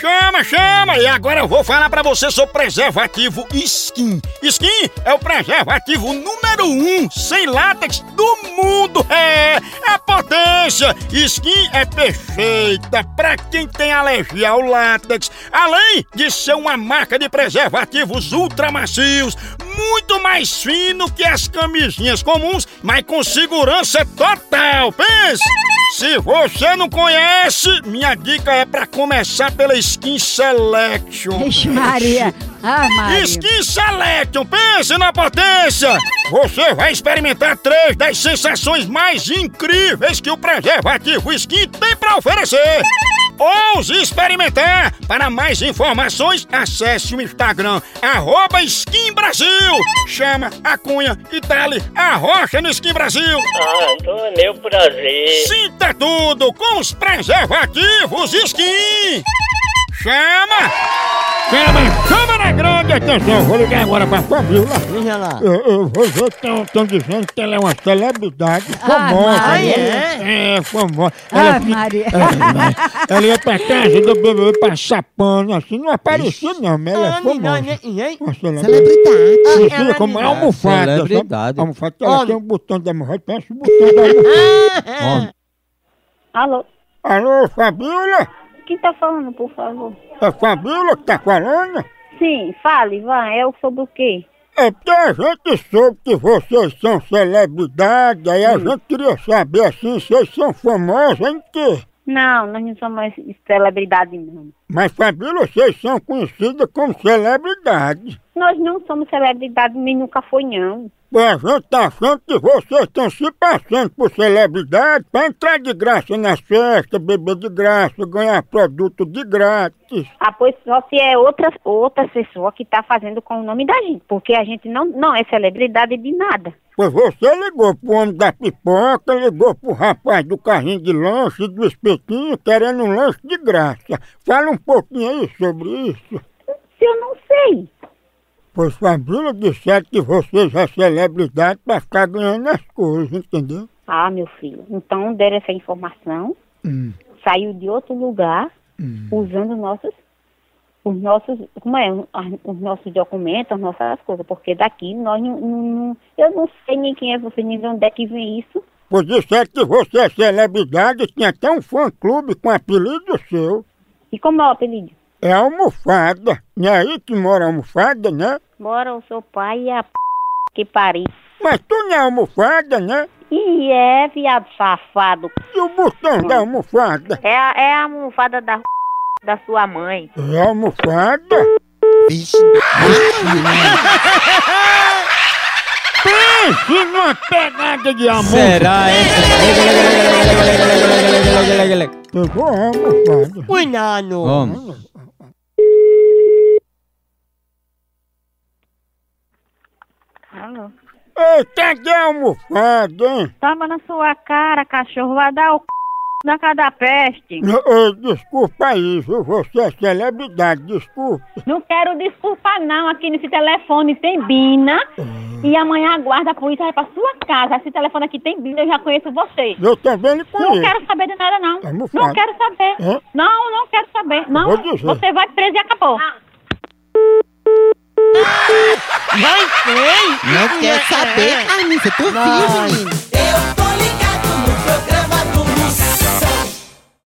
Chama, chama! E agora eu vou falar pra você sobre preservativo Skin. Skin é o preservativo número um sem látex do mundo. É, é potência. Skin é perfeita pra quem tem alergia ao látex. Além de ser uma marca de preservativos ultramacios, muito mais fino que as camisinhas comuns, mas com segurança total. Pense! Se você não conhece, minha dica é pra começar pela Skin Selection. Ixi, Maria! Ah, Maria! Skin Selection, pense um na potência! Você vai experimentar três das sensações mais incríveis que o preservativo Skin tem pra oferecer. Ouse experimentar! Para mais informações, acesse o Instagram, arroba Skin Brasil. Chama, acunha e tele a rocha no Skin Brasil. Ah, do meu prazer. Sinta tudo com os preservativos Skin. Chama! Chama, chama na grande atenção. Vou ligar agora pra Fabiola. Liga lá. Eu, eu vou ver que estão dizendo que ela é uma celebridade Ah, famosa. mas é? É, famosa. Ela, Ah, Maria! ela ia pra casa do bebê passar pano, assim, não aparecia não, mas ela é Ah, famosa. Uma celebridade. Celebridade. Sim, é. sim, como uma almofada. sabe? Celebridade. Almofada que ela Olha. tem um botão da almofada, parece um botão da almofada. Homem. Alô, Alô, Fabiola? quem tá falando, por favor? É Fabiola que tá falando? Sim, fale, vai, é o sobre o quê? É porque a gente soube que vocês são celebridade, aí a gente queria saber assim, vocês são famosos em quê? Não, nós não somos mais celebridade, não. Mas Fabíola, vocês são conhecidas como celebridade. Nós não somos celebridade, nem nunca foi, não. Pois a gente tá achando que vocês estão se passando por celebridade pra entrar de graça nas festas, beber de graça, ganhar produto de grátis. Ah, pois só se é outra, outra pessoa que tá fazendo com o nome da gente, porque a gente não, não é celebridade de nada. Pois você ligou pro homem da pipoca, ligou pro rapaz do carrinho de lanche, do espetinho, querendo um lanche de graça. Fala um pouquinho aí sobre isso. Se eu não sei. Pois Fabíola disseram que vocês é celebridade pra ficar ganhando as coisas, entendeu? Ah, meu filho, então deram essa informação, saiu de outro lugar, usando nossos, os nossos, como é, as- os nossos documentos, as nossas coisas, porque daqui nós não, não- não- eu não sei nem quem é você, nem de onde é que vem isso. Pois disseram que você é celebridade, tinha até um fã-clube com apelido seu. E como é o apelido? É almofada. Não é aí que mora a almofada, né? Bora o seu pai e a p... que pariu. Mas tu não é almofada, né? E é, viado safado. E o botão da almofada? É, a- é a almofada da da sua mãe. É almofada? Vixe. Pense numa pegada de amor. Será, hein? Pegou a almofada. Cuidado. Homem. Alô? Ei, cadê a almofada, hein? Toma na sua cara, cachorro, vai dar o c... na cada peste. Ei, desculpa aí, viu? Você é celebridade, desculpa. Não quero desculpa não, aqui nesse telefone tem Bina e amanhã aguarda a polícia vai pra sua casa. Esse telefone aqui tem Bina, eu já conheço você. Eu também lhe Não conheço. quero saber de nada não. Tá mofado. Não quero saber. Hã? Não, não quero saber. Não, Vou dizer. você vai preso e acabou. Não quer saber, Carminha. Você é teu filho, menino.